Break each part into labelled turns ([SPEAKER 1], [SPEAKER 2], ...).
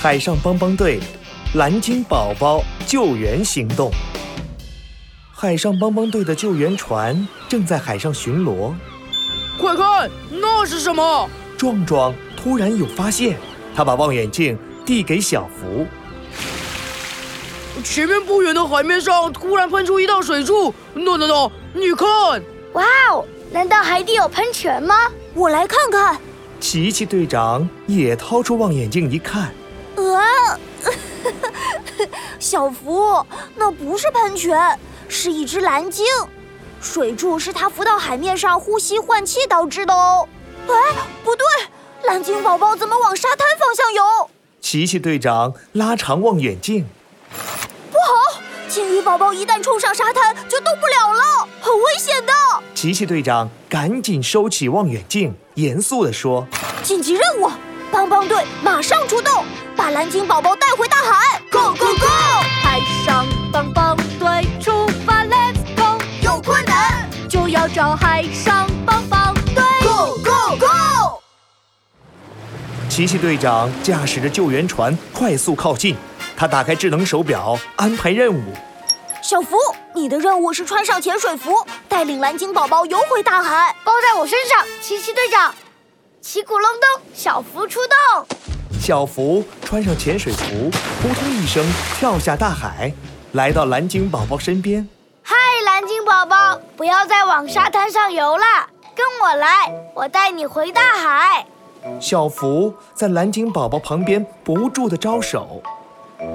[SPEAKER 1] 海上帮帮队，蓝鲸宝宝救援行动。海上帮帮队的救援船正在海上巡逻，
[SPEAKER 2] 快看，那是什么？
[SPEAKER 1] 壮壮突然有发现，他把望远镜递给小福。
[SPEAKER 2] 前面不远的海面上突然喷出一道水柱，诺诺诺，你看，
[SPEAKER 3] 哇哦，难道海底有喷泉吗？我来看看。
[SPEAKER 1] 琪琪队长也掏出望远镜一看，
[SPEAKER 3] 呃， 小福，那不是喷泉，是一只蓝鲸，水柱是它浮到海面上呼吸换气导致的哦。哎，不对，蓝鲸宝宝怎么往沙滩方向游？
[SPEAKER 1] 琪琪队长拉长望远镜，
[SPEAKER 3] 鲸鱼宝宝一旦冲上沙滩就动不了了，很危险的。
[SPEAKER 1] 琪琪队长赶紧收起望远镜，严肃地说
[SPEAKER 3] 紧急任务，帮帮队马上出动，把蓝鲸宝宝带回大海。Go go go！
[SPEAKER 4] 海上帮帮队出发，Let's go！
[SPEAKER 3] 有困难
[SPEAKER 4] 就要找海上帮帮队。
[SPEAKER 3] ，Go go go！：“
[SPEAKER 1] 琪琪队长驾驶着救援船快速靠近，他打开智能手表安排任务。
[SPEAKER 3] 小福，你的任务是穿上潜水服，带领蓝鲸宝宝游回大海。
[SPEAKER 5] 包在我身上，奇奇队长，旗鼓隆咚，小福出动。
[SPEAKER 1] 小福穿上潜水服，扑通一声跳下大海，来到蓝鲸宝宝身边。
[SPEAKER 5] 嗨，蓝鲸宝宝，不要再往沙滩上游啦，跟我来，我带你回大海。
[SPEAKER 1] 小福在蓝鲸宝宝旁边不住地招手。
[SPEAKER 5] 呃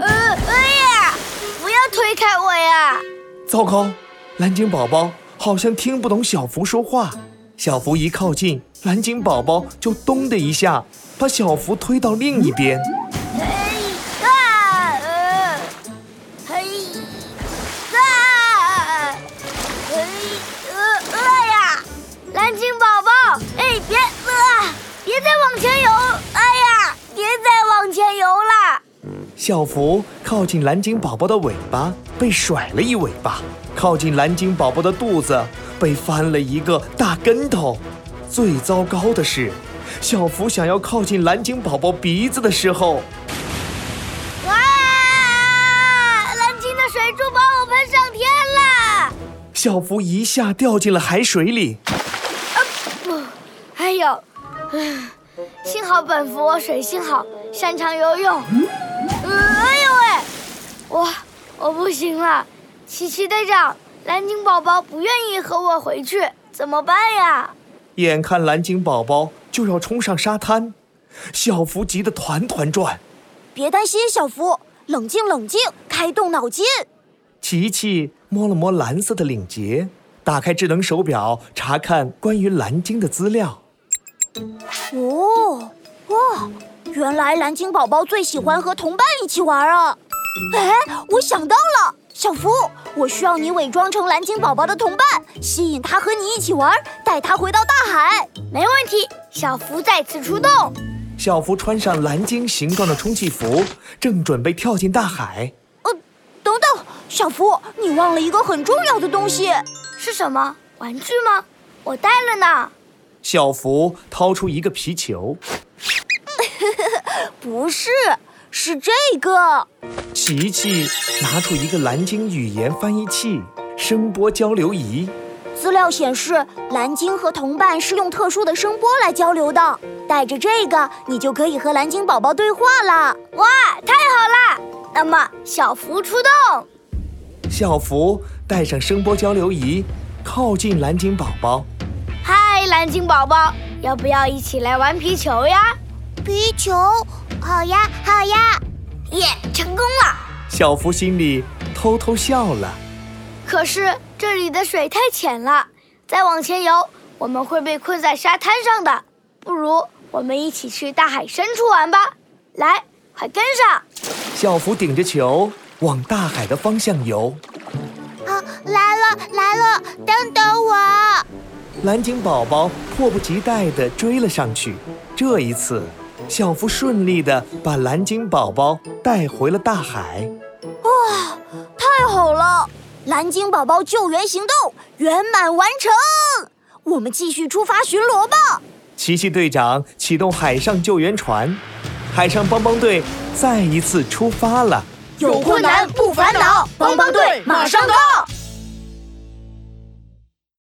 [SPEAKER 5] 呃，哎呀，不要推开我呀！
[SPEAKER 1] 糟糕，蓝鲸宝宝好像听不懂小福说话。小福一靠近，蓝鲸宝宝就咚的一下把小福推到另一边。
[SPEAKER 5] 哎啊，呃，嘿，啊，嘿，呃呃呀，蓝鲸宝宝，哎，别呃，别再往前游，哎呀，别再往前游啦！
[SPEAKER 1] 小福靠近蓝鲸宝宝的尾巴，被甩了一尾巴；靠近蓝鲸宝宝的肚子，被翻了一个大跟头。最糟糕的是，小福想要靠近蓝鲸宝宝鼻子的时候，
[SPEAKER 5] 哇，蓝鲸的水柱把我喷上天啦！
[SPEAKER 1] 小福一下掉进了海水里。
[SPEAKER 5] 哎呦，唉幸好本福我水性好，擅长游泳。呃哎呦喂，我我不行了，奇奇队长，蓝鲸宝宝不愿意和我回去，怎么办呀？
[SPEAKER 1] 眼看蓝鲸宝宝就要冲上沙滩，小福急得团团转。
[SPEAKER 3] 别担心，小福，冷静冷静，开动脑筋。
[SPEAKER 1] 琪琪摸了摸蓝色的领结，打开智能手表查看关于蓝鲸的资料。
[SPEAKER 3] 哦，哇，原来蓝鲸宝宝最喜欢和同伴一起玩啊！哎，我想到了，小福，我需要你伪装成蓝鲸宝宝的同伴，吸引他和你一起玩，带他回到大海。
[SPEAKER 5] 没问题，小福再次出动。
[SPEAKER 1] 小福穿上蓝鲸形状的充气服，正准备跳进大海。
[SPEAKER 3] 呃等等，小福，你忘了一个很重要的东西。
[SPEAKER 5] 是什么？玩具吗？我带了呢。
[SPEAKER 1] 小福掏出一个皮球，
[SPEAKER 3] 不是，是这个。
[SPEAKER 1] 琪琪拿出一个蓝鲸语言翻译器、声波交流仪。
[SPEAKER 3] 资料显示，蓝鲸和同伴是用特殊的声波来交流的。带着这个，你就可以和蓝鲸宝宝对话啦。
[SPEAKER 5] 哇，太好啦！那么小福出动。
[SPEAKER 1] 小福带上声波交流仪，靠近蓝鲸宝宝。
[SPEAKER 5] 嗨，蓝鲸宝宝，要不要一起来玩皮球呀？
[SPEAKER 3] 皮球，好呀，好呀。
[SPEAKER 5] 耶、成功了！
[SPEAKER 1] 小福心里偷偷笑了。
[SPEAKER 5] 可是这里的水太浅了，再往前游，我们会被困在沙滩上的。不如我们一起去大海深处玩吧！来，快跟上！
[SPEAKER 1] 小福顶着球往大海的方向游。
[SPEAKER 3] 啊，来了来了，等等我。
[SPEAKER 1] 蓝鲸宝宝迫不及待地追了上去。这一次，小福顺利地把蓝鲸宝宝带回了大海。
[SPEAKER 3] 太好了，蓝鲸宝宝救援行动圆满完成。我们继续出发巡逻吧。
[SPEAKER 1] 奇奇队长启动海上救援船，海上帮帮队再一次出发了。
[SPEAKER 3] 有困难不烦恼，帮帮队马上到。